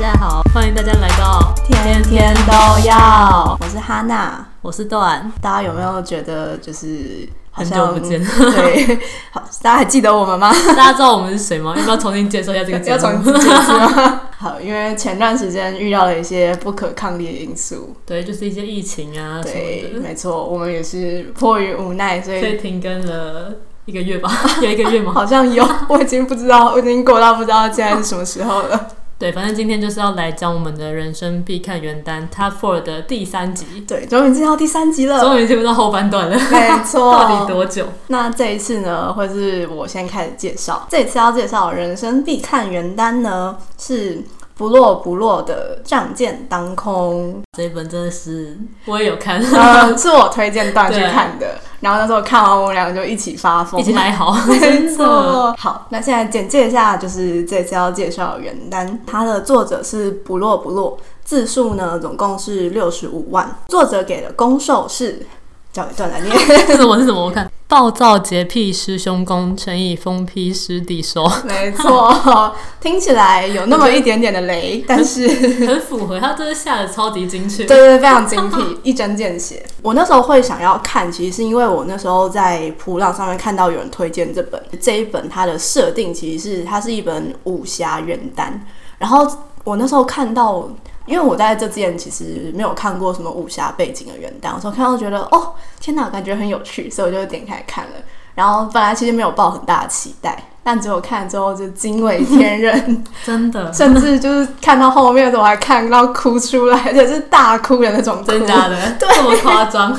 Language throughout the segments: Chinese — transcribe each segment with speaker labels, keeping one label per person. Speaker 1: 家好，欢迎大家来到
Speaker 2: 天天都要。我是哈娜，
Speaker 1: 我是 段，
Speaker 2: 大家有没有觉得就是好
Speaker 1: 很
Speaker 2: 像
Speaker 1: 久不见
Speaker 2: 对， 好，大家还记得我们吗？
Speaker 1: 大家知道我们是谁吗？要不要重新介绍一下这个节
Speaker 2: 要重
Speaker 1: 目
Speaker 2: 新？解释吗？ 好，因为前段时间遇到了一些不可抗力的因素，
Speaker 1: 对，就是一些疫情啊什
Speaker 2: 对，
Speaker 1: 么的，
Speaker 2: 没错，我们也是迫于无奈，所
Speaker 1: 所
Speaker 2: 以
Speaker 1: 以停更了一个月吧， 有一个月吗？
Speaker 2: 好像 有，我已经不知道，我已经过到不知道现在是什么时候了。
Speaker 1: 对，反正今天就是要来讲我们的人生必看原单 Top Four 的第三集，
Speaker 2: 对，终于进到第三集了，
Speaker 1: 终于进入到后半段了，
Speaker 2: 没错，
Speaker 1: 到底多久？
Speaker 2: 那这一次呢，会是我先开始介绍。这一次要介绍的人生必看原单呢，是不落不落的《仗剑 当空，
Speaker 1: 这一本真的是我也有看，》
Speaker 2: 呃，是我推荐段去
Speaker 1: 对
Speaker 2: 看的。然后那时候看完，我们两个就一起发疯
Speaker 1: 一。起还好，
Speaker 2: 没
Speaker 1: 真的。
Speaker 2: 错，好，那现在简介一下，就是这次要介绍的原单，它的作者是不落不落，字数呢总共是六十五万，作者给的攻受是，叫段来念，
Speaker 1: 这 是我是什么？我看暴躁洁癖师兄公，乘以疯批师弟收，
Speaker 2: 没错，听起来有那么一点点的 雷，但是对
Speaker 1: 很符合，他真的下的超级精确。
Speaker 2: 对对，非常精辟， 一针见血。我那时候会想要看，其实是因为我那时候在普朗上面看到有人推荐这本，这一本它的设定其实是它是一本武侠原单，然后我那时候看到。因为我在这之前其实没有看过什么武侠背景的原单，我时候看到觉得哦天哪，感觉很有趣，所以我就点开看了。然后本来其实没有抱很大的期待，但结果看了之后就惊为天人，
Speaker 1: 真的，
Speaker 2: 甚至就是看到后面的时候还看到哭出来，而且是大哭的那种哭，
Speaker 1: 真假的，
Speaker 2: 对
Speaker 1: 这么夸张，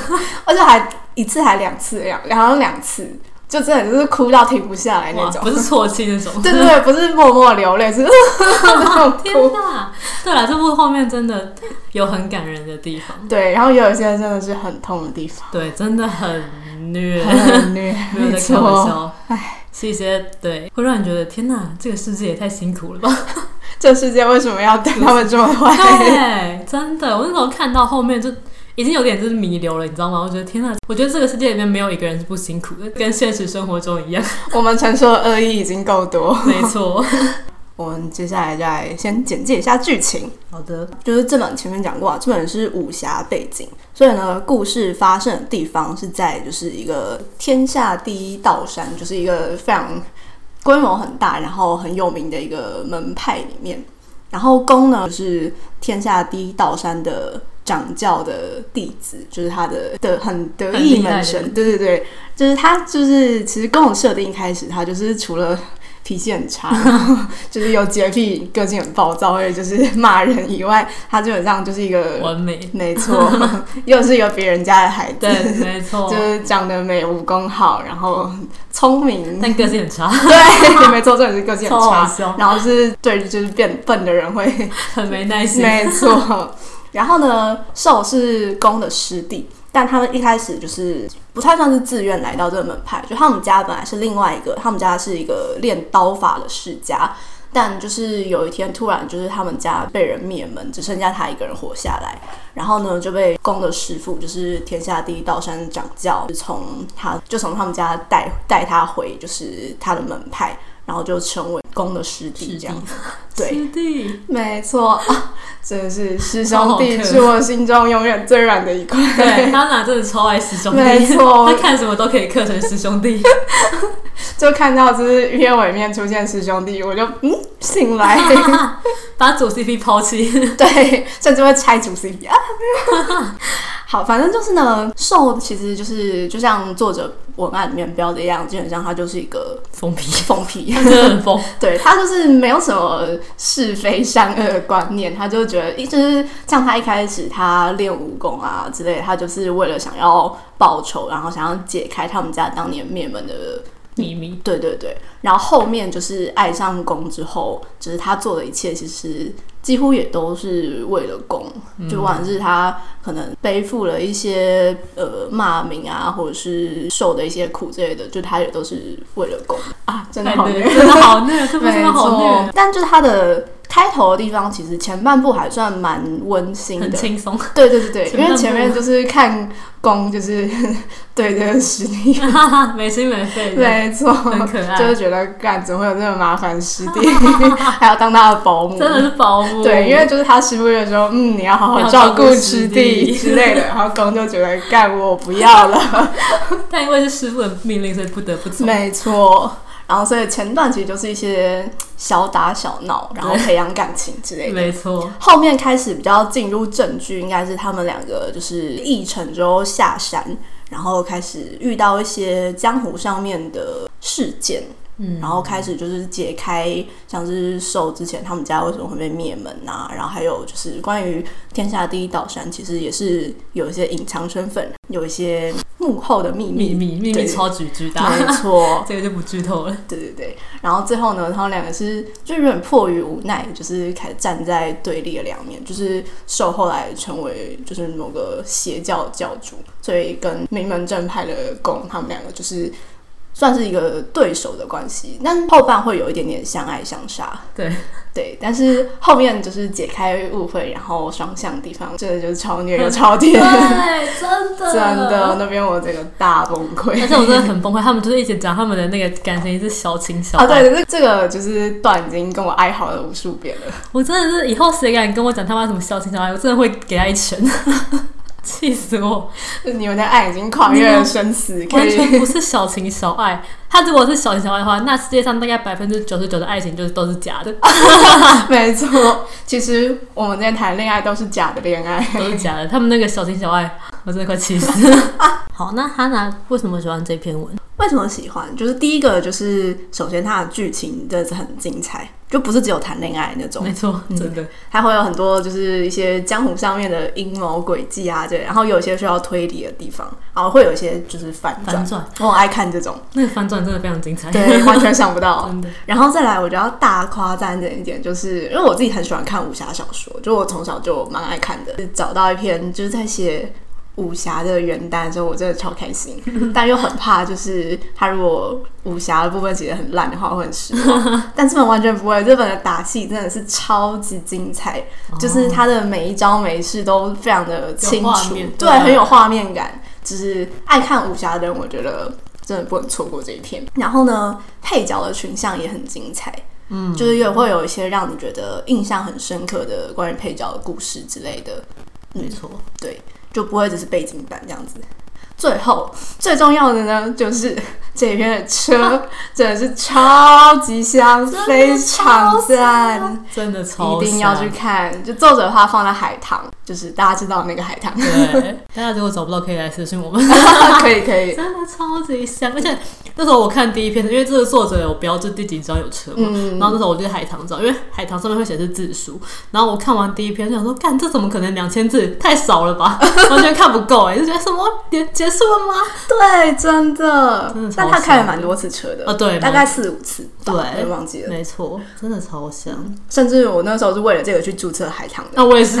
Speaker 2: 而且还一次还两次，两然后两次，就真的就是哭到停不下来那
Speaker 1: 哇，
Speaker 2: 种。
Speaker 1: 不是啜泣 那种。
Speaker 2: 对对对，不是默默流泪，是 那种
Speaker 1: 天
Speaker 2: 哭。
Speaker 1: 哪！对了，这部后面真的有很感人的地方，
Speaker 2: 对，然后也有一些真的是很痛的地方，
Speaker 1: 对，真的很虐，
Speaker 2: 很虐，
Speaker 1: 没有
Speaker 2: 没
Speaker 1: 在开玩
Speaker 2: 错。
Speaker 1: 笑。是一些对，会让你觉得天哪，这个世界也太辛苦了 吧？
Speaker 2: 这世界为什么要对他们这么 坏？
Speaker 1: 对，真的，我那时候看到后面就已经有点就是弥留了，你知道吗？我觉得天哪，我觉得这个世界里面没有一个人是不辛苦的，跟现实生活中一 样。
Speaker 2: 我们承受的恶意已经够多。
Speaker 1: 没错，
Speaker 2: 我们接下来再先简介一下剧情。
Speaker 1: 好的，
Speaker 2: 就是这本前面讲过啊，这本是武侠背景，所以呢，故事发生的地方是在就是一个天下第一道山，就是一个非常规模很大，然后很有名的一个门派里面。然后公呢、就是天下第一道山的掌教的弟子，就是他的的很得意门
Speaker 1: 很
Speaker 2: 生，对对对，就是他就是其实跟我设定一开始他就是除了。脾气很差， 然后就是有洁癖，个性很暴躁，而且就是骂人以外，他基本上就是一个
Speaker 1: 完美，
Speaker 2: 没错， 又是一个别人家的孩 子，
Speaker 1: 对，没错
Speaker 2: 就，是长得美，武功好，然后 聪明，
Speaker 1: 但个性很差，
Speaker 2: 对，没错，这也是个性很
Speaker 1: 超好
Speaker 2: 差。
Speaker 1: 笑，
Speaker 2: 然后是对，就是变笨的人会，
Speaker 1: 很没耐心。
Speaker 2: 没错。 然后呢，寿是公的师弟，但他们一开始就是不太算是自愿来到这个门派，就他们家本来是另外一个，他们家是一个练刀法的世家。但就是有一天突然就是他们家被人灭门，只剩下他一个人活下来。然后呢，就被公的师傅，就是天下第一道山掌教，就从他就从他们家带带他回就是他的门派，然后就成为公的师弟这样。对
Speaker 1: 师弟，
Speaker 2: 没错， 啊真的是师兄
Speaker 1: 好
Speaker 2: 弟
Speaker 1: 好
Speaker 2: 是我心中永远最软的一块。
Speaker 1: 对，他俩真的超爱师兄弟，
Speaker 2: 没错
Speaker 1: 他看什么都可以刻成师兄弟，
Speaker 2: 就看到就是片尾面出现师兄弟，我就嗯 醒来，
Speaker 1: 把主 CP 抛弃，
Speaker 2: 对，甚至会拆主 CP 啊。 好，反正就是呢，受其实就是就像作者文案里面标的一样，基本上他就是一个
Speaker 1: 疯 批，
Speaker 2: 疯批。
Speaker 1: 真的很疯，
Speaker 2: 对他就是没有什么是非善恶的观念，他就觉得一就是像他一开始他练武功啊之类的，他就是为了想要报仇，然后想要解开他们家当年灭门的。
Speaker 1: 秘密。
Speaker 2: 对对对，然后后面就是爱上公之后，就是他做的一切其实几乎也都是为了公，就不管是他可能背负了一些呃骂名啊，或者是受的一些苦之类的，就他也都是为了公啊，真的
Speaker 1: 太
Speaker 2: 好
Speaker 1: 虐 了，
Speaker 2: 虐
Speaker 1: 真的好虐，这部真
Speaker 2: 没
Speaker 1: 的好
Speaker 2: 错
Speaker 1: 虐，，
Speaker 2: 但就是他的开头的地方其实前半部还算蛮温馨
Speaker 1: 很
Speaker 2: 的，
Speaker 1: 轻松。
Speaker 2: 对对对对，
Speaker 1: 前
Speaker 2: 因为
Speaker 1: 半
Speaker 2: 前
Speaker 1: 部
Speaker 2: 面就是看公，就是 对这个实力，
Speaker 1: 没心没肺的，
Speaker 2: 没错，
Speaker 1: 很可爱
Speaker 2: 就是觉得干怎么会有这么麻烦的师 弟，还要当他的保姆，
Speaker 1: 真的是保姆。
Speaker 2: 对，因为就是他师傅就说，嗯，你要好好
Speaker 1: 要
Speaker 2: 照
Speaker 1: 照
Speaker 2: 顾
Speaker 1: 顾
Speaker 2: 师
Speaker 1: 师
Speaker 2: 弟
Speaker 1: 弟
Speaker 2: 之类的，然后公就觉得干我不要了，
Speaker 1: 但因为是师傅的命令，所以不得不走。
Speaker 2: 没错。然后，所以前段其实就是一些小打小闹，然后培养感情之类的。
Speaker 1: 没错，
Speaker 2: 后面开始比较进入正剧，应该是他们两个就是议程之后下山，然后开始遇到一些江湖上面的事件，
Speaker 1: 嗯
Speaker 2: 然后开始就是解开像是受之前他们家为什么会被灭门啊，然后还有就是关于天下第一岛山，其实也是有一些隐藏身份，有一些幕后的秘密。
Speaker 1: 秘密秘
Speaker 2: 对
Speaker 1: 密超级巨大，
Speaker 2: 没错，
Speaker 1: 这个就不剧透了。
Speaker 2: 对对对，然后最后呢，他们两个是就有点迫于无奈，就是开始站在对立的两面，就是受后来成为就是某个邪教教主，所以跟名门正派的公他们两个就是算是一个对手的关系，但后半会有一点点相爱相杀。
Speaker 1: 对
Speaker 2: 对，但是后面就是解开误会，然后双向地方，真的就是超虐又超 甜，
Speaker 1: 对，真的
Speaker 2: 真的。那边我这个大崩溃。
Speaker 1: 而且我真的很崩溃，他们就是一直讲他们的那个感情是小情小
Speaker 2: 啊，
Speaker 1: 爱。
Speaker 2: 对，这这个就是段已经跟我哀嚎了无数遍了。
Speaker 1: 我真的是以后谁敢跟我讲他妈什么小情小爱，我真的会给他一拳， 气死我！
Speaker 2: 就是你们的爱已经跨越了生死，可
Speaker 1: 完
Speaker 2: 以
Speaker 1: 全不是小情小爱。他如果是小情小爱的话，那世界上大概百分之九十九的爱情就是都是假 的，
Speaker 2: 哎没错。其实我们在谈恋爱都是假的恋爱，
Speaker 1: 都是假的。他们那个小情小爱，我真的快 气死。好，那哈娜为什么喜欢这篇文？
Speaker 2: 为什么喜欢？就是第一个，就是首先它的剧情真的是很精彩，就不是只有谈恋爱那种
Speaker 1: 没，错，真的、
Speaker 2: 它会有很多就是一些江湖上面的阴谋诡计啊，对，然后有一些需要推理的地方，然后会有一些就是反转
Speaker 1: 反，转，
Speaker 2: 我很爱看 这种，
Speaker 1: 那个反转真的非常精彩，
Speaker 2: 对，完全想不到。
Speaker 1: 真的。
Speaker 2: 然后再来，我觉得要大夸赞这一点，就是因为我自己很喜欢看武侠小说，就我从小就蛮爱看的。找到一篇就是在写武侠的原单的时候，我真的超开心，但又很怕，就是他如果武侠的部分写的很烂的话，我会很失望。但这本完全不会，这本的打戏真的是超级精彩，就是他的每一招每一式都非常的清
Speaker 1: 哦有画
Speaker 2: 楚
Speaker 1: 面，
Speaker 2: 对，
Speaker 1: 对啊
Speaker 2: 很有画面感。就是爱看武侠的人，我觉得真的不能错过这一篇。然后呢，配角的群像也很精彩，嗯，就是也会有一些让你觉得印象很深刻的关于配角的故事之类的，
Speaker 1: 没错，
Speaker 2: 对，就不会只是背景板这样子。最后最重要的呢，就是这一篇 的车真的是超级香，
Speaker 1: 真的
Speaker 2: 非常
Speaker 1: 超
Speaker 2: 赞。
Speaker 1: 真的超
Speaker 2: 一定要去
Speaker 1: 赞。
Speaker 2: 看，就作者他放在海棠，就是大家知道那 个海棠，
Speaker 1: 对，大家如果找不到可以来私信我们。
Speaker 2: 哎可以可 以，
Speaker 1: 真的超级香，而且那时候我看第一篇，因为这个作者有标志第几章有车嘛，
Speaker 2: 嗯
Speaker 1: 然后那时候我就海棠照，因为海棠上面会显示字数，然后我看完第一篇就想说，干这怎么可能两千字太少了 吧，完全看不够哎、就觉得什么结结束了吗？
Speaker 2: 对，真的，
Speaker 1: 真的超
Speaker 2: 但他开了蛮多次车的，
Speaker 1: 哦对
Speaker 2: 大概四五次吧，
Speaker 1: 对
Speaker 2: 我也忘记了，
Speaker 1: 没错，真的超香。
Speaker 2: 甚至我那时候是为了这个去注册海棠的，
Speaker 1: 那我也 是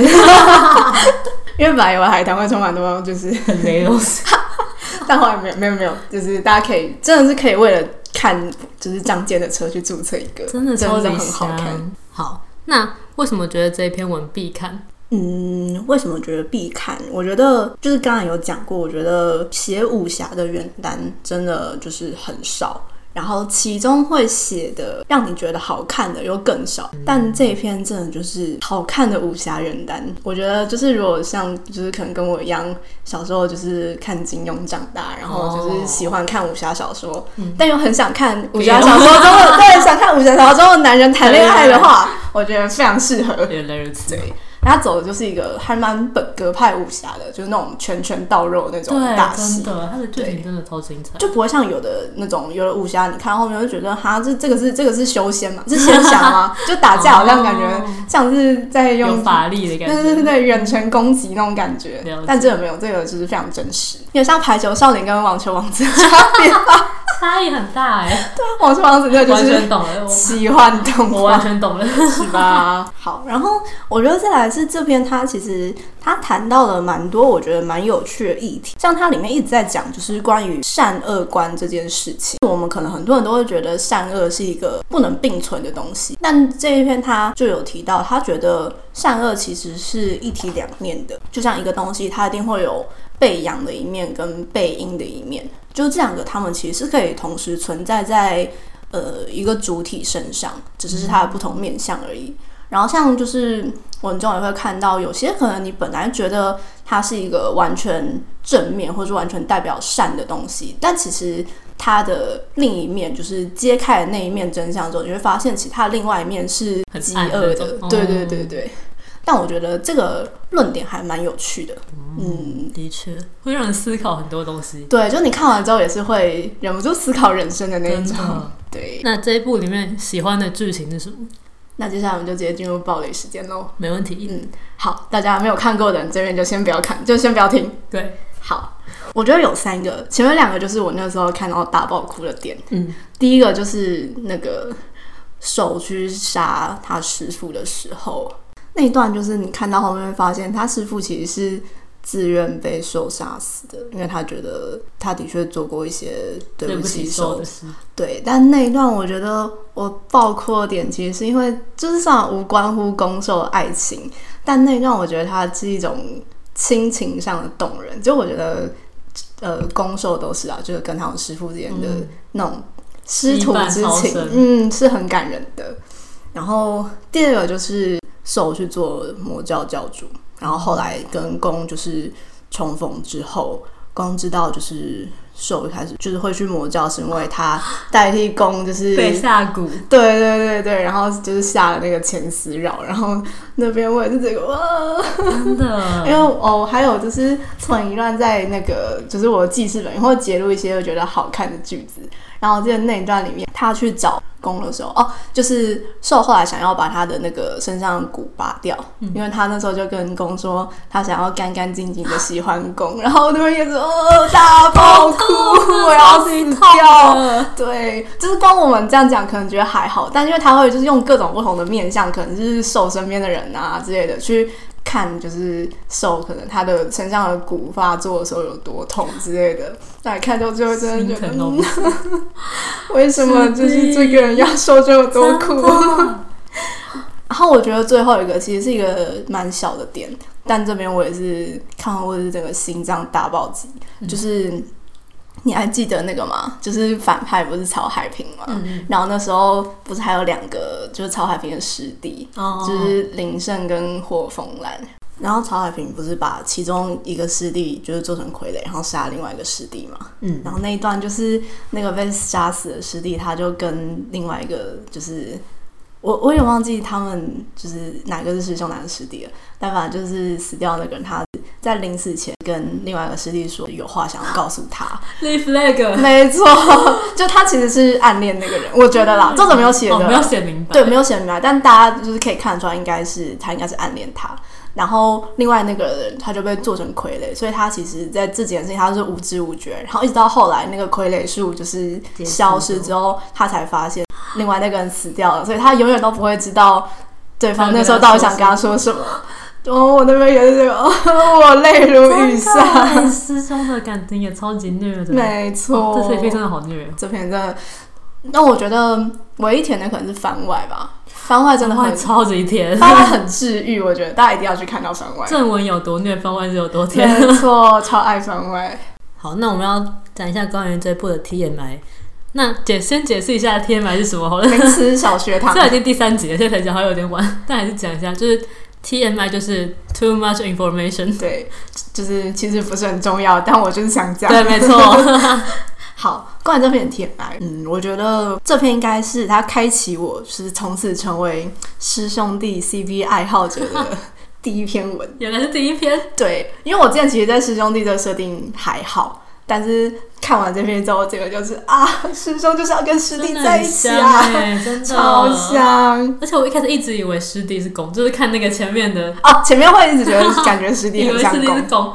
Speaker 2: 因为本来以为海棠会充满多，就是，
Speaker 1: 很雷哦东西，
Speaker 2: 但后来没有没有没有，就是大家可以真的是可以为了看就是张健的车去注册一个，
Speaker 1: 真的超级
Speaker 2: 很好看。
Speaker 1: 香。好，那为什么觉得这篇文必看？
Speaker 2: 嗯，为什么觉得必看？我觉得就是刚才有讲过，我觉得写武侠的原单真的就是很少，然后其中会写的让你觉得好看的又更少。但这一篇真的就是好看的武侠原单，我觉得就是如果像就是可能跟我一样，小时候就是看金庸长大，然后就是喜欢看武侠小说，但又很想看武侠小说中的对，想看武侠小说中的男人谈恋爱的话，我觉得非常适合。
Speaker 1: 原来如此，
Speaker 2: 对，他走的就是一个还蛮本格派武侠的，就是那种拳拳到肉那种大
Speaker 1: 对，真
Speaker 2: 戏，
Speaker 1: 的，他的剧情真的超精彩。
Speaker 2: 就不会像有的那种有的武侠，你看后面就觉得哈，这这个是这个是修 仙嘛，是仙侠吗？就打架好像感觉
Speaker 1: 哦
Speaker 2: 像是在
Speaker 1: 有
Speaker 2: 用。
Speaker 1: 法力的
Speaker 2: 对
Speaker 1: 感觉，
Speaker 2: 对对对，远程攻击那种感觉
Speaker 1: 了解，
Speaker 2: 但这个没有，这个就是非常真实，有像排球少年跟网球王子的差别吧？
Speaker 1: 差异很大哎，
Speaker 2: 王氏王子 那就
Speaker 1: 完全
Speaker 2: 是
Speaker 1: 懂 了，我
Speaker 2: 奇幻动
Speaker 1: 我
Speaker 2: 画
Speaker 1: 完。全懂了。
Speaker 2: 是吧？好，然后我觉得再来是这篇，它其实它谈到了蛮多我觉得蛮有趣的议题，像它里面一直在讲就是关于善恶观这件事情。我们可能很多人都会觉得善恶是一个不能并存的东西，但这一篇它就有提到，他觉得善恶其实是一体两面的，就像一个东西，它一定会有被阳的一面跟被阴的一面，就这两个它们其实是可以同时存在在呃一个主体身上，只是是它的不同面相而已。然后像就是文中也会看到，有些可能你本来觉得它是一个完全正面或者是完全代表善的东西，但其实它的另一面就是揭开的那一面真相之后，你会发现其他另外一面是
Speaker 1: 很
Speaker 2: 极
Speaker 1: 暗的
Speaker 2: 恶
Speaker 1: 那
Speaker 2: 的
Speaker 1: 种。
Speaker 2: 对
Speaker 1: 哦
Speaker 2: 对对对。但我觉得这个论点还蛮有趣的，嗯，
Speaker 1: 的确会让人思考很多东西。
Speaker 2: 对，就你看完之后也是会忍不住思考人生的那一
Speaker 1: 真
Speaker 2: 种。
Speaker 1: 的。
Speaker 2: 对，
Speaker 1: 那这一部里面喜欢的剧情是什么？
Speaker 2: 那接下来我们就直接进入暴雷时间喽。
Speaker 1: 没问题。
Speaker 2: 好，大家没有看过的人，这边就先不要看，就先不要听。
Speaker 1: 对，
Speaker 2: 好，我觉得有三个，前面两个就是我那时候看到大爆哭的点。
Speaker 1: 嗯，
Speaker 2: 第一个就是那个手去杀他师傅的时候，那一段就是你看到后面会发现，他师傅其实是自愿被受杀死的，因为他觉得他的确做过一些对
Speaker 1: 对
Speaker 2: 不
Speaker 1: 不
Speaker 2: 起
Speaker 1: 起，
Speaker 2: 手
Speaker 1: 受的事。
Speaker 2: 对，但那一段我觉得我爆哭的点，其实是因为就是虽然无关乎攻受的爱情，但那一段我觉得它是一种亲情上的动人。就我觉得，呃，攻受都是啊，就是跟他们师傅之间的
Speaker 1: 嗯
Speaker 2: 那种师徒之
Speaker 1: 羁绊超
Speaker 2: 情
Speaker 1: 深，
Speaker 2: 嗯，是很感人的。然后第二个就是受去做魔教教主，然后后来跟公就是重逢之后，公知道就是受开始就是会去魔教，是因为他代替公就是
Speaker 1: 被下蛊，
Speaker 2: 对对对对，然后就是下了那个千丝绕，然后那边我也是这个哇，
Speaker 1: 真
Speaker 2: 因为
Speaker 1: 的。
Speaker 2: 哦，还有就是存一段在那个就是我的记事本里面会截录一些我觉得好看的句子，然后我记得那一段里面他去找公的时候，哦，就是兽后来想要把他的那个身上的骨拔掉，因为他那时候就跟公说他想要干干净净的喜欢公，然后我那边也是哦大爆哭，
Speaker 1: 哦
Speaker 2: 我要死掉。
Speaker 1: 了，
Speaker 2: 对，就是光我们这样讲，可能觉得还好，但因为他会就是用各种不同的面相，可能就是受身边的人啊之类的去看，就是受可能他的身上的骨发作的时候有多痛之类的，那看就就会真的
Speaker 1: 心
Speaker 2: 觉得
Speaker 1: 疼，到哦
Speaker 2: 嗯
Speaker 1: 不行
Speaker 2: 为什么就是这个人要受这么多苦？
Speaker 1: 真 的
Speaker 2: 然后我觉得最后一个其实是一个蛮小的点，但这边我也是看完我也是整个心脏大暴击，
Speaker 1: 嗯
Speaker 2: 就是你还记得那个吗？就是反派不是曹海平吗？
Speaker 1: 嗯
Speaker 2: 然后那时候不是还有两个就是曹海平的师弟，
Speaker 1: 哦，
Speaker 2: 就是林胜跟霍风兰。然后曹海平不是把其中一个师弟就是做成傀儡，然后杀另外一个师弟嘛？
Speaker 1: 嗯
Speaker 2: 然后那一段就是那个被杀死的师弟，他就跟另外一个就是我我也忘记他们就是哪个是师兄，哪个是师弟了。但反正就是死掉那个人，他在临死前跟另外一个师弟说有话想要告诉他，
Speaker 1: 立 flag，
Speaker 2: 没错， 就他其实是暗恋那个人，我觉得啦，作者没有写的，
Speaker 1: 哦没有写明白，
Speaker 2: 对，没有写明白，但大家就是可以看得出来，应该是他应该是暗恋他。然后另外那个人他就被做成傀儡，所以他其实在这件事情他是无知无觉，然后一直到后来那个傀儡术就是
Speaker 1: 结束
Speaker 2: 消失之后，他才发现
Speaker 1: 嗯
Speaker 2: 另外那个人死掉了，所以他永远都不会知道对方那时候到底想跟他说什么。 哦，我那边也是这个，我泪如雨
Speaker 1: 嗯真的
Speaker 2: 下，
Speaker 1: 哎师兄的感情也超级虐的，
Speaker 2: 没错，
Speaker 1: 这 CP 真的好虐哦，
Speaker 2: 这篇真的，那我觉得唯一甜的可能是番外 吧，番外真的
Speaker 1: 会
Speaker 2: 很，
Speaker 1: 超级甜。
Speaker 2: 番外很治愈，我觉得大家一定要去看到番 外。
Speaker 1: 正文有多虐，番外就有多甜。
Speaker 2: 没错，超爱番外。
Speaker 1: 好，那我们要讲一下关于这部的 TMI。那解先解释一下 TMI 是什么好了，
Speaker 2: 名词小学堂
Speaker 1: 虽，然已经第三集了，现在才讲好像有点晚， 但还是讲一下，就是 TMI 就是 too much information。
Speaker 2: 对，就是其实不是很重要，但我就是想讲。
Speaker 1: 对，没错，
Speaker 2: 好，关于这篇的 TMI，嗯，我觉得这篇应该是他开启我，就是从此成为师兄弟 CP 爱好者 的第一篇文。
Speaker 1: 原来是第一篇，
Speaker 2: 对，因为我之前其实对师兄弟这个设定还好，但是看完这篇之后，这个就是啊， 师兄就是要跟师弟
Speaker 1: 真的
Speaker 2: 在
Speaker 1: 很
Speaker 2: 一起
Speaker 1: 香
Speaker 2: 啊，
Speaker 1: 哎、真的
Speaker 2: 超。香
Speaker 1: 而且我一开始一直以为师弟是公，就是看那个前面的，
Speaker 2: 哦！前面会一直觉得感觉师
Speaker 1: 以
Speaker 2: 弟
Speaker 1: 为
Speaker 2: 很
Speaker 1: 师
Speaker 2: 像
Speaker 1: 弟是
Speaker 2: 公，
Speaker 1: 公，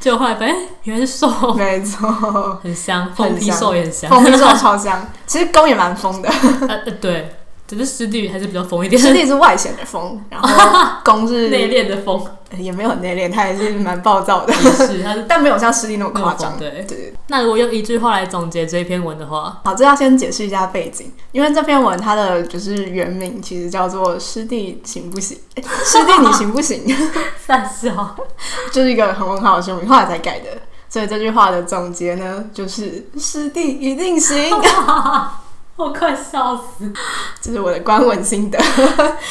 Speaker 1: 就后来发现哎原来是兽，
Speaker 2: 没 错，
Speaker 1: 很香，
Speaker 2: 很
Speaker 1: 凤披
Speaker 2: 香
Speaker 1: 兽也很香，
Speaker 2: 风这种超香。其实弓也蛮 疯的，
Speaker 1: 呃呃对，只是湿地还是比较疯一点，
Speaker 2: 师弟是外显的疯，然后弓 是
Speaker 1: 内敛的疯
Speaker 2: 也没有很内敛，他也是蛮暴躁 的，
Speaker 1: 也是，它是
Speaker 2: 但没有像师弟那么夸张。
Speaker 1: 对。
Speaker 2: 对，
Speaker 1: 那如果用一句话来总结这篇文的话，
Speaker 2: 好，这要先解释一下背景，因为这篇文它的就是原名其实叫做“师弟行不行”， 诶师弟你行不行，
Speaker 1: 三笑，就是
Speaker 2: 就是一个很很好的书名，后来才改的。所以这句话的总结呢，就是“师弟一定行
Speaker 1: 我快笑 死。”，
Speaker 2: 这是我的观文心得。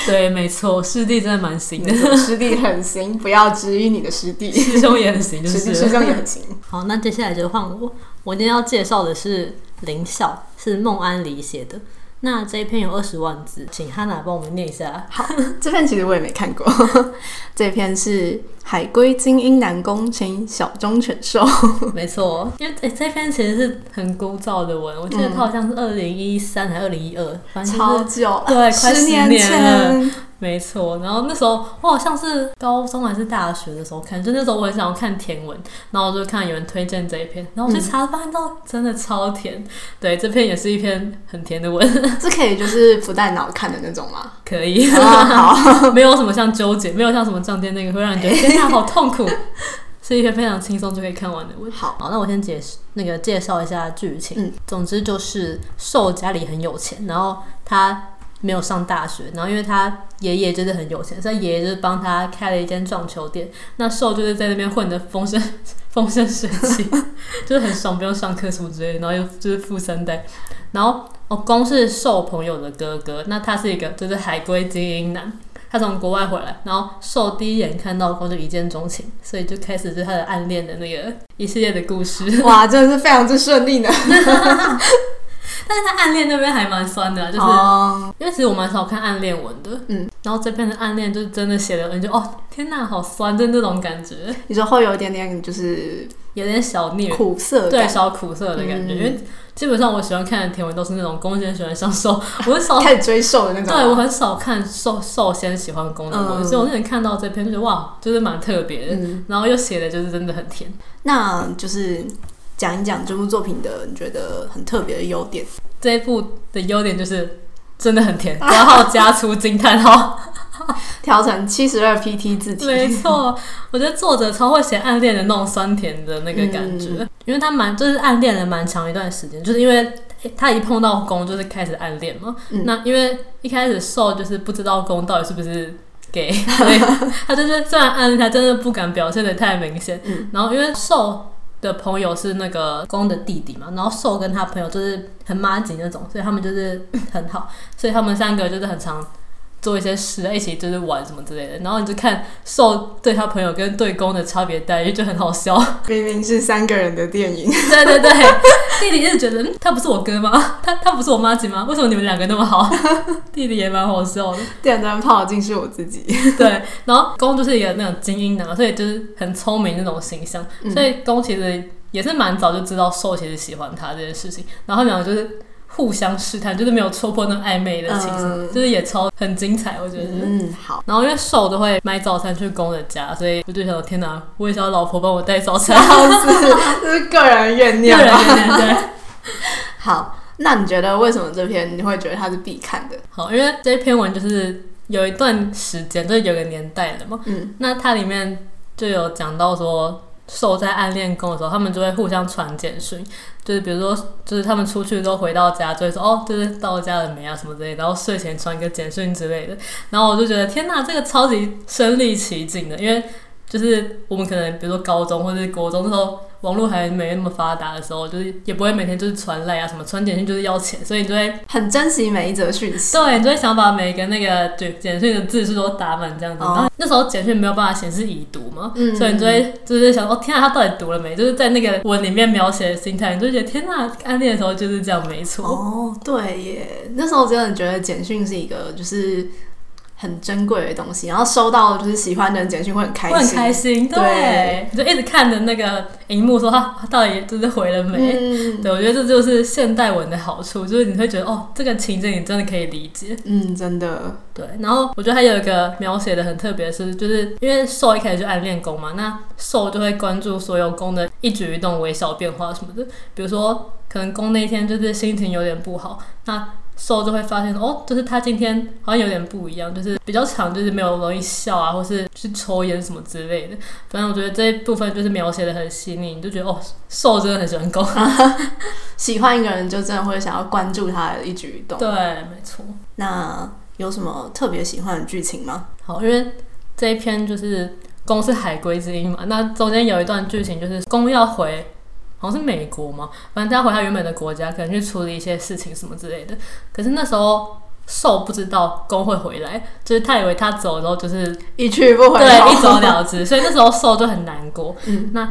Speaker 1: 对，没错，师弟真的蛮行的，
Speaker 2: 师弟很行，不要质疑你的师弟，
Speaker 1: 师兄也很行， 就
Speaker 2: 师弟
Speaker 1: 是
Speaker 2: 师兄也很行。
Speaker 1: 好，那接下来就换我。我今天要介绍的是林晓，是孟安黎写的。那这一篇有二十万字，请汉娜帮我们念一 下。
Speaker 2: 这篇其实我也没看过， 这篇是“海归精英男工请小中犬 兽
Speaker 1: 没错，因为、诶这篇其实是很枯燥的文，我记得它好像是二零一三还二零一二，”，反正就
Speaker 2: 超
Speaker 1: 是
Speaker 2: 久，
Speaker 1: 对快
Speaker 2: 十
Speaker 1: 十
Speaker 2: 年
Speaker 1: 年
Speaker 2: 前。
Speaker 1: 没错。然后那时候我好像是高中还是大学的时候看，就那时候我很想要看甜文，然后我就看有人推荐这一篇，然
Speaker 2: 嗯
Speaker 1: 后我去查发现到真的超甜。对，这篇也是一篇很甜的文，
Speaker 2: 这可以就是不带脑看的那种吗？
Speaker 1: 可以。
Speaker 2: 啊，好，
Speaker 1: 没有什么像纠结，没有像什么仗剑那个会让你觉得天哪好痛苦，是一篇非常轻松就可以看完的文。
Speaker 2: 好，
Speaker 1: 好，那我先解释那个介绍一下剧情。
Speaker 2: 嗯
Speaker 1: 总之就是寿家里很有钱，然后他没有上大学，然后因为他爷爷就是很有钱，所以爷爷就是帮他开了一间撞球店。那寿就是在那边混得风生 风生水起，就是很爽，不用上课什么之类的，然后又就是富三代。然后哦，公是受朋友的哥哥，那他是一个就是海归精英男，他从国外回来，然后受第一眼看到光就一见钟情，所以就开始就是他的暗恋的那个一系列的故事。
Speaker 2: 哇，真的是非常之顺利呢。
Speaker 1: 但是他暗恋那边还蛮酸的啊、就是、
Speaker 2: 哦，
Speaker 1: 因为其实我蛮少看暗恋文的，
Speaker 2: 嗯，
Speaker 1: 然后这篇的暗恋就是真的写的，你就哦天哪，好酸，就那种感觉，
Speaker 2: 你说会有一点点就是
Speaker 1: 有点小虐，
Speaker 2: 苦涩
Speaker 1: 对，
Speaker 2: 感，
Speaker 1: 小苦涩的感觉，
Speaker 2: 嗯
Speaker 1: 因为基本上我喜欢看的甜文都是那种宫先喜欢上 受，我很少
Speaker 2: 开始追瘦的那种。
Speaker 1: 哦
Speaker 2: 啊
Speaker 1: 对我很少看寿寿仙喜欢宫的文，
Speaker 2: 嗯
Speaker 1: 所以我那天看到这篇就觉得哇，就是蛮特别的，
Speaker 2: 嗯
Speaker 1: 然后又写的就是真的很甜。
Speaker 2: 那就是讲一讲这部作品的你觉得很特别的优点。
Speaker 1: 这一部的优点就是真的很甜，然后加出惊叹号，
Speaker 2: 调成七十二 PT 字体，
Speaker 1: 没错，我觉得作者超会写暗恋的那种酸甜的那个感觉，
Speaker 2: 嗯
Speaker 1: 因为他蛮就是暗恋了蛮长一段时间，就是因为。他一碰到宫就是开始暗恋嘛，
Speaker 2: 嗯
Speaker 1: 那因为一开始受就是不知道宫到底是不是 gay，所以他就是虽然暗恋，他真的不敢表现的太明显，
Speaker 2: 嗯
Speaker 1: 然后因为受的朋友是那个公的弟弟嘛，然后受跟他朋友就是很妈吉那种，所以他们就是很好，所以他们三个就是很常做一些事，一起就是玩什么之类的。然后你就看受对他朋友跟对公的差别待遇就很好笑。
Speaker 2: 明明是三个人的电影，
Speaker 1: 对对对，弟弟就是觉得、嗯、他不是我哥吗？ 他他不是我妈吉吗？为什么你们两个那么好？ 弟弟也蛮好笑的。
Speaker 2: 电灯泡竟是我自己。
Speaker 1: 对，然后公就是一个那种精英男，所以就是很聪明那种形象，
Speaker 2: 嗯
Speaker 1: 所以公其实也是蛮早就知道受其实喜欢他这件事情，然后他们两个就是互相试探，就是没有戳破那种暧昧的情愫，
Speaker 2: 嗯
Speaker 1: 就是也超很精彩，我觉得。
Speaker 2: 嗯，好，
Speaker 1: 然后因为受都会买早餐去公的家，所以我就想说，天哪，我也想要老婆帮我带早餐，
Speaker 2: 这是个人怨
Speaker 1: 个
Speaker 2: 念
Speaker 1: 人
Speaker 2: 吗。
Speaker 1: 有点对。
Speaker 2: 好，那你觉得为什么这篇你会觉得它是必看的？
Speaker 1: 好，因为这篇文就是有一段时间，就是有个年代了嘛，
Speaker 2: 嗯，
Speaker 1: 那它里面就有讲到说，受在暗恋宫的时候，他们就会互相传简讯，就是比如说，就是他们出去之后回到家，就会说哦，就是到家了没啊什么之类的，然后睡前传一个简讯之类的。然后我就觉得天呐，这个超级身临其境的，因为就是我们可能比如说高中或者是国中的时候。网络还没那么发达的时候，就是也不会每天就是传赖啊什么，传简讯就是要钱，所以你就会
Speaker 2: 很珍惜每一则讯息。
Speaker 1: 对，你就会想把每个那个简简讯的字数都打满这样子。
Speaker 2: 哦
Speaker 1: 然后那时候简讯没有办法显示已读嘛，
Speaker 2: 嗯
Speaker 1: 所以你就会就是想说，哦，天啊，他到底读了没？就是在那个文里面描写的心态，你就觉得天呐，暗恋的时候就是
Speaker 2: 哦
Speaker 1: 这样，没错。
Speaker 2: 哦，对耶，那时候真的觉得简讯是一个就是很珍贵的东西，然后收到就是喜欢的人简讯会很开
Speaker 1: 我很
Speaker 2: 心，
Speaker 1: 开心，对，
Speaker 2: 对
Speaker 1: 你就一直看着那个荧幕说啊他到底就是回了没。
Speaker 2: 嗯
Speaker 1: 对，我觉得这就是现代文的好处，就是你会觉得哦，这个情境你真的可以理解。
Speaker 2: 嗯，真的，
Speaker 1: 对，然后我觉得还有一个描写的很特别的是，就是因为兽一开始就暗恋公嘛，那兽就会关注所有公的一举一动、微小变化什么的。比如说，可能公那天就是心情有点不好，那兽就会发现说哦，就是他今天好像有点不一样，就是比较常就是没有容易笑啊，或是去抽烟什么之类的。反正我觉得这一部分就是描写的很细腻，你就觉得哦，兽真的很喜欢公。
Speaker 2: 喜欢一个人就真的会想要关注他的一举一动。
Speaker 1: 对，没错。
Speaker 2: 那有什么特别喜欢的剧情吗？
Speaker 1: 好，因为这一篇就是公是海归之音嘛，那中间有一段剧情就是公要回，好像是美国嘛，反正他要回他原本的国家，可能去处理一些事情什么之类的。可是那时候受不知道公会回来，就是他以为他走了之后就是
Speaker 2: 一去不回头，
Speaker 1: 对，一走了之。所以那时候受就很难过。
Speaker 2: 嗯
Speaker 1: 那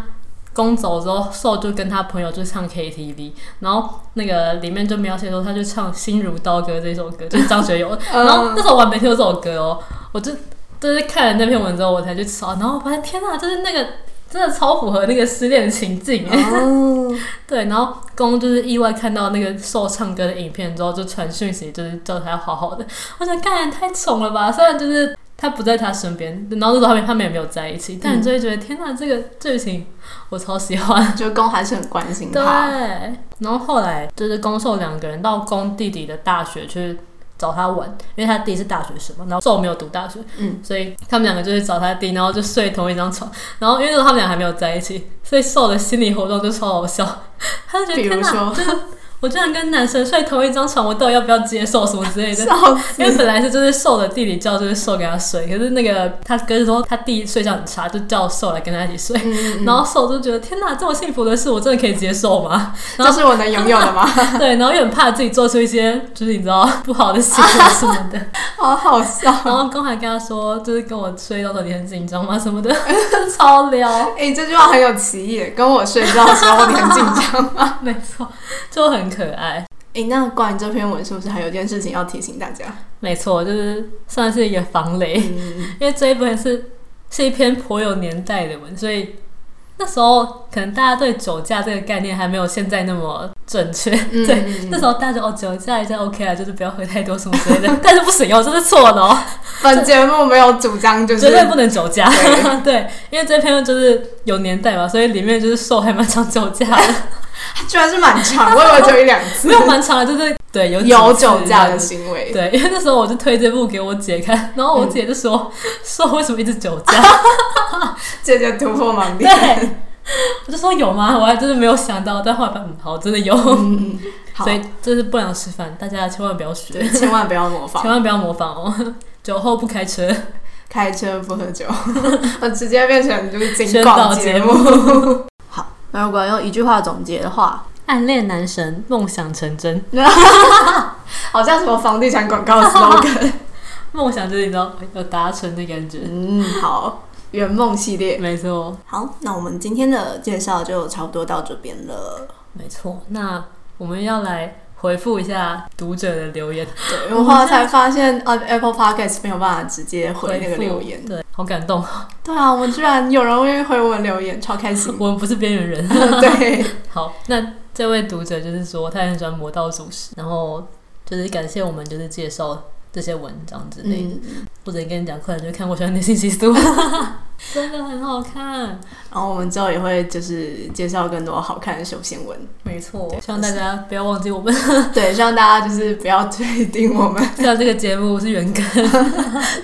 Speaker 1: 公走之后，受就跟他朋友就唱 KTV，然后那个里面就描写说他就唱《心如刀割》这首歌，就是张学友。
Speaker 2: 嗯
Speaker 1: 然后那时候我还没听过这首歌哦，我就就是看了那篇文之后，我才去找，然后我发现天哪，就是那个真的超符合那个失恋情境哎。
Speaker 2: 哦，
Speaker 1: 对，然后公就是意外看到那个受唱歌的影片之后，就传讯息，就是叫他好好的。我想，干太宠了吧！虽然就是他不在他身边，然后那时候他们他们也没有在一起，但你就会觉得、天哪，这个剧情我超喜欢。
Speaker 2: 就公还是很关心
Speaker 1: 对，
Speaker 2: 他，
Speaker 1: 然后后来就是公受两个人到公弟弟的大学去。找他玩，因为他弟是大学生嘛，然后受没有读大学，
Speaker 2: 嗯，
Speaker 1: 所以他们两个就去找他弟，然后就睡同一张床，然后因为那时候他们俩还没有在一起，所以受的心理活动就超好笑， 他就觉得
Speaker 2: 比如
Speaker 1: 天哪，
Speaker 2: 说
Speaker 1: 我居然跟男生睡同一张床，我到底要不要接受什么之类 的？
Speaker 2: 笑
Speaker 1: 因为
Speaker 2: 死，
Speaker 1: 本来是就是受的弟弟叫就是受给他睡，可是那个他哥说他弟睡觉很差，就叫受来跟他一起睡。
Speaker 2: 嗯，
Speaker 1: 然后受就觉得天哪，这么幸福的事我真的可以接受吗？ 然后
Speaker 2: 这是我能拥有 的吗？
Speaker 1: 对，然后又很怕自己做出一些就是你知道不好的行 为什么的。
Speaker 2: 好好笑，
Speaker 1: 然后刚还跟他说，就是跟我睡到时候你很紧张吗什么 的，超撩，
Speaker 2: 哎，这句话很有歧义，跟我睡觉的时候你很紧张吗？
Speaker 1: 没错，就很可爱。
Speaker 2: 哎，那关于这篇文是不是还有一件事情要提醒大家？
Speaker 1: 没错，就是算是一个防雷。
Speaker 2: 嗯，
Speaker 1: 因为这一本是是一篇颇有年代的文，所以那时候可能大家对酒驾这个概念还没有现在那么正确。
Speaker 2: 嗯
Speaker 1: 对，
Speaker 2: 嗯
Speaker 1: 那时候大家就哦酒驾一下 OK 啊，就是不要喝太多什么之类的， 但是不行哦，这是错的哦，
Speaker 2: 本节目没有主张，就是
Speaker 1: 绝对不能酒驾。
Speaker 2: 对
Speaker 1: 对，因为这篇就是有年代嘛，所以里面就是受还蛮常酒驾的，
Speaker 2: 居然是蛮 长，我以为只有一两次，
Speaker 1: 没有蛮常的，就是对有
Speaker 2: 有
Speaker 1: 几次
Speaker 2: 酒驾的
Speaker 1: 这样子
Speaker 2: 行为，
Speaker 1: 对，因为那时候我就推这部给我姐看，然后
Speaker 2: 嗯
Speaker 1: 我姐就说：“受为什么一直酒驾？”
Speaker 2: 姐姐突破盲点。
Speaker 1: 对，我就说有吗？我还真的没有想到，但后来发现嗯好，真的有。
Speaker 2: 嗯，嗯好
Speaker 1: 所，以这是不良示范，大家千万不要学，
Speaker 2: 对，千万不要模
Speaker 1: 千
Speaker 2: 仿，
Speaker 1: 万不要模仿哦。 酒后不开车，
Speaker 2: 开车不喝酒， 我直接变成就是警
Speaker 1: 宣导
Speaker 2: 广
Speaker 1: 节
Speaker 2: 目。 好，那如果用一句话总结的话，
Speaker 1: 暗恋男神，梦想成真，
Speaker 2: 好像什么房地产广告 slogan。
Speaker 1: 梦想就是你知道有达成的感觉。
Speaker 2: 嗯，好，圆梦系列。
Speaker 1: 没错，
Speaker 2: 好，那我们今天的介绍就差不多到这边了。
Speaker 1: 没错。那我们要来回复一下读者的留言，
Speaker 2: 对，我后来才发现，呃，Apple Podcast 没有办法直接回那个
Speaker 1: 回复
Speaker 2: 留言。
Speaker 1: 对，好感动。
Speaker 2: 对啊，我们居然有人愿意回我们留言，超开 心。
Speaker 1: 我们不是边缘人。
Speaker 2: 对，
Speaker 1: 好，那这位读者就是说，他很喜欢《魔道祖师》，然后就是感谢我们就是介绍这些文章之类的，
Speaker 2: 嗯，
Speaker 1: 或者跟你讲，快点去看《我喜欢的星期四》，真的很好看，
Speaker 2: 然后我们之后也会就是介绍更多好看的修仙文。
Speaker 1: 没错，希望大家不要忘记我们，
Speaker 2: 对，希望大家就是不要退订我们，
Speaker 1: 虽然这个节目是原更，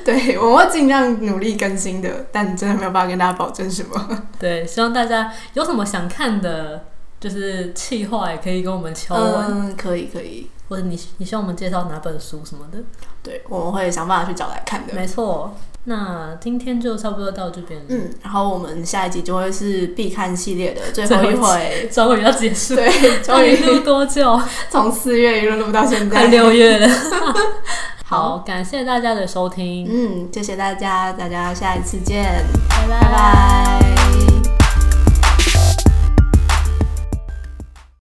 Speaker 2: 对我会尽量努力更新的，但真的没有办法跟大家保证什 么。
Speaker 1: 对，希望大家有什么想看的。就是气话也可以跟我们敲完，
Speaker 2: 嗯，可以可以，
Speaker 1: 或者你你希望我们介绍哪本书什么的，
Speaker 2: 对，我们会想办法去找来看的。
Speaker 1: 没错。那今天就差不多到这边了，
Speaker 2: 嗯，然后我们下一集就会是必看系列的最后一
Speaker 1: 最后
Speaker 2: 回，
Speaker 1: 终于要结束，
Speaker 2: 对，
Speaker 1: 到
Speaker 2: 哎终
Speaker 1: 底
Speaker 2: 于
Speaker 1: 录多久？
Speaker 2: 从四月一路录到现
Speaker 1: 快
Speaker 2: 在。
Speaker 1: 六月了。嗯好，感谢大家的收听，
Speaker 2: 嗯，谢谢大家，大家下一次见，
Speaker 1: 拜
Speaker 2: 拜拜